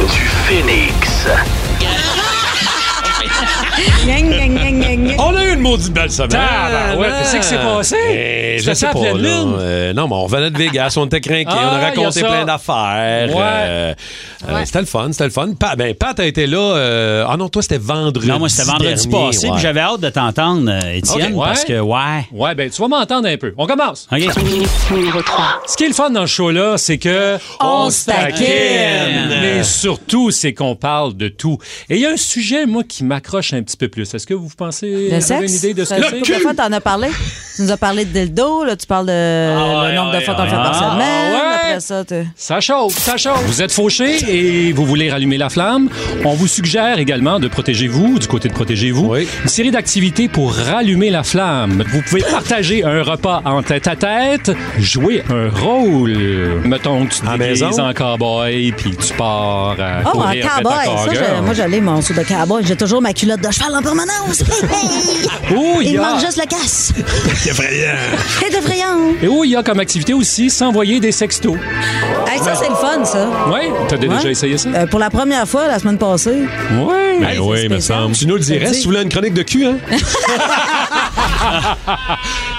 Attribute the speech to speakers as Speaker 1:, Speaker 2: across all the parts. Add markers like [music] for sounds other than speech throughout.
Speaker 1: du Phoenix.
Speaker 2: Gang, gang, gang, gang, gang.
Speaker 3: On a eu une maudite belle semaine. Ah,
Speaker 4: Tabarouette, qu'est-ce qui s'est passé?
Speaker 3: Eh, je
Speaker 4: C'était
Speaker 3: sais
Speaker 4: à
Speaker 3: pas.
Speaker 4: pleine
Speaker 3: là.
Speaker 4: lune.
Speaker 3: Euh, non, mais on revenait de Vegas, on était crinqués, on a
Speaker 4: Ah, y a
Speaker 3: raconté
Speaker 4: ça.
Speaker 3: plein d'affaires.
Speaker 4: Ouais.
Speaker 3: Euh, euh, c'était le fun, c'était le fun. Pa- ben, Pat a été là. euh, Ah non, toi, c'était vendredi.
Speaker 5: Non, moi, c'était vendredi
Speaker 3: dernier,
Speaker 5: passé,
Speaker 3: ouais.
Speaker 5: puis j'avais hâte de t'entendre, euh, Étienne,
Speaker 4: Ok, ouais.
Speaker 5: parce que, ouais.
Speaker 4: Ouais, ben tu vas m'entendre un peu. On commence.
Speaker 5: OK.
Speaker 2: Numéro 3.
Speaker 4: Ce qui est le fun dans le show-là, c'est que...
Speaker 2: On se taquine.
Speaker 4: Mais surtout, c'est qu'on parle de tout. Et il y a un sujet, moi, qui m'accroche un petit peu plus. Est-ce que vous pensez...
Speaker 2: Le
Speaker 4: avez
Speaker 2: sexe?
Speaker 4: une idée de ce
Speaker 2: Ça
Speaker 4: que
Speaker 2: fait une couple de fois, t'en as parlé. Tu nous as parlé de dildo, là, tu parles de le
Speaker 4: Ah ouais,
Speaker 2: nombre de
Speaker 4: ouais,
Speaker 2: fois qu'on
Speaker 4: ouais.
Speaker 2: fait par
Speaker 4: Ah,
Speaker 2: semaine.
Speaker 4: ouais.
Speaker 2: Après ça, tu.
Speaker 4: Ça chauffe, ça chauffe. Vous êtes fauché et vous voulez rallumer la flamme. On vous suggère également de protéger vous, du côté de protéger vous,
Speaker 3: Oui.
Speaker 4: une série d'activités pour rallumer la flamme. Vous pouvez partager un repas en tête à tête, jouer un rôle. Mettons que tu
Speaker 3: À
Speaker 4: te déguises
Speaker 3: maison?
Speaker 4: en cowboy puis tu pars à
Speaker 2: Oh, un
Speaker 4: courir après ta
Speaker 2: cowboy! Ça,
Speaker 4: cowgirl.
Speaker 2: je- moi, j'allais mon sou de cowboy. J'ai toujours ma culotte de cheval
Speaker 4: [laughs]
Speaker 2: en permanence.
Speaker 4: Oh, il
Speaker 2: Il
Speaker 4: y a-
Speaker 2: manque juste le casse.
Speaker 3: hein?
Speaker 2: C'est effrayant.
Speaker 4: Et où il y a comme activité aussi s'envoyer des sextos.
Speaker 2: Hey, ça, c'est le fun, ça.
Speaker 4: Ouais, t'as déjà
Speaker 2: Ouais.
Speaker 4: essayé ça?
Speaker 2: Euh, pour la première fois, la semaine passée.
Speaker 4: ouais.
Speaker 3: Ben oui,
Speaker 2: c'est
Speaker 3: me
Speaker 2: spécial.
Speaker 4: Hum.
Speaker 3: semble. Tu nous le
Speaker 2: Je te
Speaker 3: dirais
Speaker 2: dis.
Speaker 3: si tu voulais une chronique de cul, hein?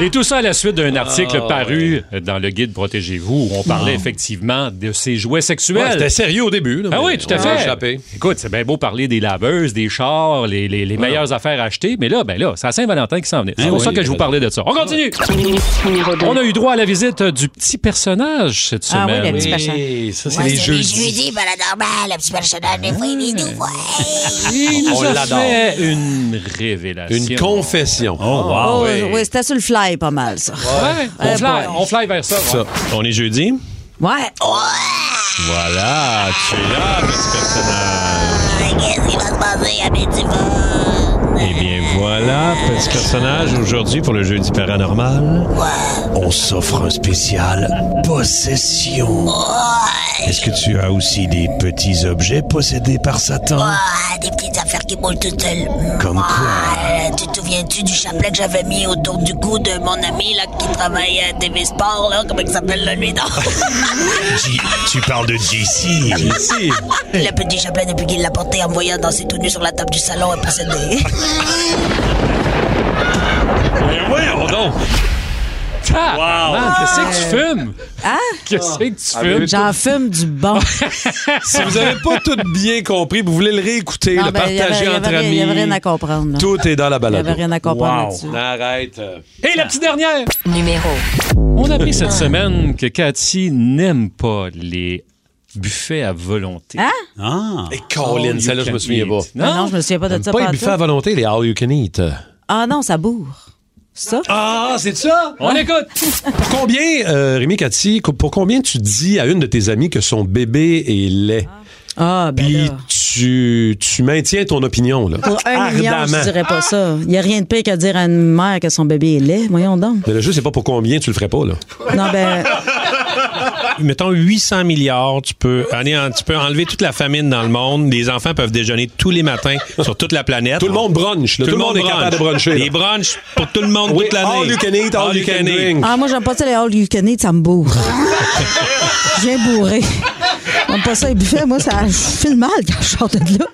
Speaker 4: Et tout ça à la suite d'un
Speaker 3: Ah,
Speaker 4: article paru dans le guide Protégez-vous où on parlait effectivement de ces jouets
Speaker 3: Ouais,
Speaker 4: sexuels.
Speaker 3: c'était sérieux au début. là,
Speaker 4: ah
Speaker 3: mais
Speaker 4: oui, tout à
Speaker 3: on a
Speaker 4: fait.
Speaker 3: échappé.
Speaker 4: Écoute, c'est bien beau parler des laveuses, des chars, les, les- les meilleures affaires à acheter, mais là, ben là, c'est à Saint-Valentin qui s'en venait. C'est
Speaker 5: Ah
Speaker 4: pour
Speaker 5: oui,
Speaker 4: ça que je vous
Speaker 5: voilà.
Speaker 4: parlais de ça. On continue.
Speaker 2: Numéro 2.
Speaker 4: On a eu droit à la visite du petit personnage cette
Speaker 2: Ah oui,
Speaker 4: semaine.
Speaker 2: le petit machin.
Speaker 3: Eh, ça, c'est les jeudis.
Speaker 6: ben la normale, le petit personnage, des fois, il est doux, ouais.
Speaker 4: Il nous
Speaker 3: Ah, On
Speaker 4: a
Speaker 3: l'adore.
Speaker 4: fait une révélation.
Speaker 3: Une confession.
Speaker 2: Oh, oui, c'était sur le fly, pas mal, ça.
Speaker 4: Ah Ouais, on,
Speaker 2: Eh
Speaker 4: fly,
Speaker 2: boy.
Speaker 4: on fly vers ça. ouais.
Speaker 3: Ça. On est jeudi.
Speaker 2: Ouais. Oh,
Speaker 3: Voilà, tu es Ah là, petit personnage.
Speaker 6: Qu'est-ce qui va se passer à petit
Speaker 3: Eh bien voilà, petit personnage, aujourd'hui pour le jeudi paranormal, on s'offre un spécial possession. Est-ce que tu as aussi des petits objets possédés par Satan?
Speaker 6: Ah, des petites affaires qui bougent toutes seules.
Speaker 3: Comme quoi?
Speaker 6: Ah, tu te souviens-tu du chapelet que j'avais mis autour du cou de mon ami là, qui travaille à TV Sport, là, comment il s'appelle
Speaker 3: [laughs]
Speaker 6: là, lui, non?
Speaker 3: J- tu parles de JC. JC.
Speaker 6: Le petit chapelet, depuis qu'il l'a porté en me voyant danser tout nu sur la table du salon, est possédé.
Speaker 3: voyons donc.
Speaker 4: Ah, Qu'est-ce que tu fumes?
Speaker 2: Hein?
Speaker 4: Qu'est-ce
Speaker 3: Ah.
Speaker 4: que tu fumes?
Speaker 2: J'en fume
Speaker 4: [laughs]
Speaker 2: du bon.
Speaker 3: Si vous n'avez pas tout bien compris, vous voulez le réécouter,
Speaker 2: Non,
Speaker 3: le
Speaker 2: ben, il y avait-
Speaker 3: partager
Speaker 2: il y
Speaker 3: entre
Speaker 2: avait rien-
Speaker 3: amis.
Speaker 2: Il n'y avait rien à comprendre. là.
Speaker 3: Tout est dans la
Speaker 2: Il n'y
Speaker 3: balade.
Speaker 2: avait rien à comprendre
Speaker 5: Wow.
Speaker 2: là-dessus.
Speaker 3: Arrête.
Speaker 4: Et la petite dernière!
Speaker 6: Numéro
Speaker 4: On a appris
Speaker 2: Ah.
Speaker 4: cette semaine que Cathy n'aime pas les buffets à volonté.
Speaker 2: Hein?
Speaker 5: Ah.
Speaker 3: Et Eh, Colin,
Speaker 4: You
Speaker 3: Oh, celle-là, je
Speaker 4: can
Speaker 3: me souviens
Speaker 4: eat.
Speaker 3: pas.
Speaker 2: Ah Non, non, je me souviens pas de ça.
Speaker 3: Pas les
Speaker 2: pantoute.
Speaker 3: buffets à volonté, les all you can eat.
Speaker 2: Ah non, ça bourre. Ça?
Speaker 3: Ah, c'est ça?
Speaker 4: On écoute!
Speaker 3: Pour combien, euh, Rémi Cathy, co- pour combien tu dis à une de tes amies que son bébé est laid?
Speaker 2: Ah, ben
Speaker 3: Puis
Speaker 2: là.
Speaker 3: tu, tu maintiens ton opinion, là.
Speaker 2: Pour un million, je
Speaker 3: ardemment.
Speaker 2: dirais pas ça. Il n'y a rien de pire qu'à dire à une mère que son bébé est laid. Voyons donc.
Speaker 3: Mais le jeu, c'est pas pour combien tu le ferais pas, là.
Speaker 2: Non,
Speaker 3: [laughs]
Speaker 2: ben,
Speaker 7: mettons 800 milliards, tu peux, anéant- tu peux enlever toute la famine dans le monde. Les enfants peuvent déjeuner tous les matins sur toute la planète.
Speaker 3: Tout le monde brunch, là. Tout, le monde, est capable de
Speaker 7: brunch.
Speaker 3: bruncher. là.
Speaker 7: Les brunchs pour tout le monde
Speaker 3: Oui,
Speaker 7: toute l'année.
Speaker 3: all you can eat, all, you can, drink.
Speaker 2: ah, moi, j'aime pas ça, les all you can eat, ça
Speaker 3: [laughs]
Speaker 2: me bourre. Je viens bourrer. J'aime pas ça, les buffets. Moi, ça, je file mal quand je sors de là.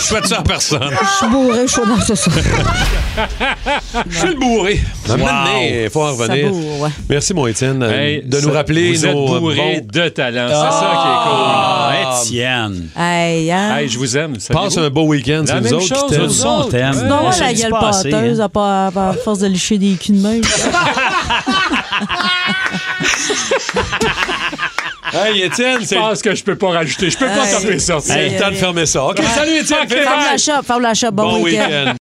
Speaker 7: Je fais ça à personne.
Speaker 2: Je suis bourré, je suis dans ce ça.
Speaker 3: [laughs] Je suis le bourré. Un moment donné, Il faut en
Speaker 2: Ça
Speaker 3: revenir.
Speaker 2: bourre, ouais.
Speaker 3: Merci, mon Étienne, euh,
Speaker 4: Hey,
Speaker 3: de nous
Speaker 4: ça-
Speaker 3: rappeler
Speaker 4: vous
Speaker 3: nos euh,
Speaker 4: êtes bourrés
Speaker 3: bons-
Speaker 4: de talent. C'est ça
Speaker 5: Ah, Étienne.
Speaker 2: Hey,
Speaker 4: qui est
Speaker 2: hein?
Speaker 4: cool. Hey, je vous aime. saviez-vous?
Speaker 3: Passe un beau week-end,
Speaker 4: La
Speaker 3: c'est
Speaker 4: même
Speaker 3: nous autres
Speaker 4: chose,
Speaker 3: qui t'aiment.
Speaker 4: nous
Speaker 5: On
Speaker 4: autres.
Speaker 5: t'aime.
Speaker 4: Ouais.
Speaker 2: Non,
Speaker 5: On
Speaker 2: ouais,
Speaker 5: sait
Speaker 2: la
Speaker 5: ce qui
Speaker 2: gueule
Speaker 5: se passe,
Speaker 2: pâteuse,
Speaker 5: hein.
Speaker 2: à pas- à force de licher des culs de
Speaker 3: [laughs]
Speaker 2: main.
Speaker 3: Hey, Étienne,
Speaker 4: Je
Speaker 3: c'est
Speaker 4: pense que je peux pas rajouter. Je peux pas
Speaker 2: Hey.
Speaker 4: taper ça.
Speaker 2: Hey.
Speaker 3: le temps de fermer ça. OK, salut, Étienne.
Speaker 4: Fuck,
Speaker 2: Ferme la shop, ferme la shop. Bon,
Speaker 3: Bon euh,
Speaker 2: week-end.
Speaker 3: week-end.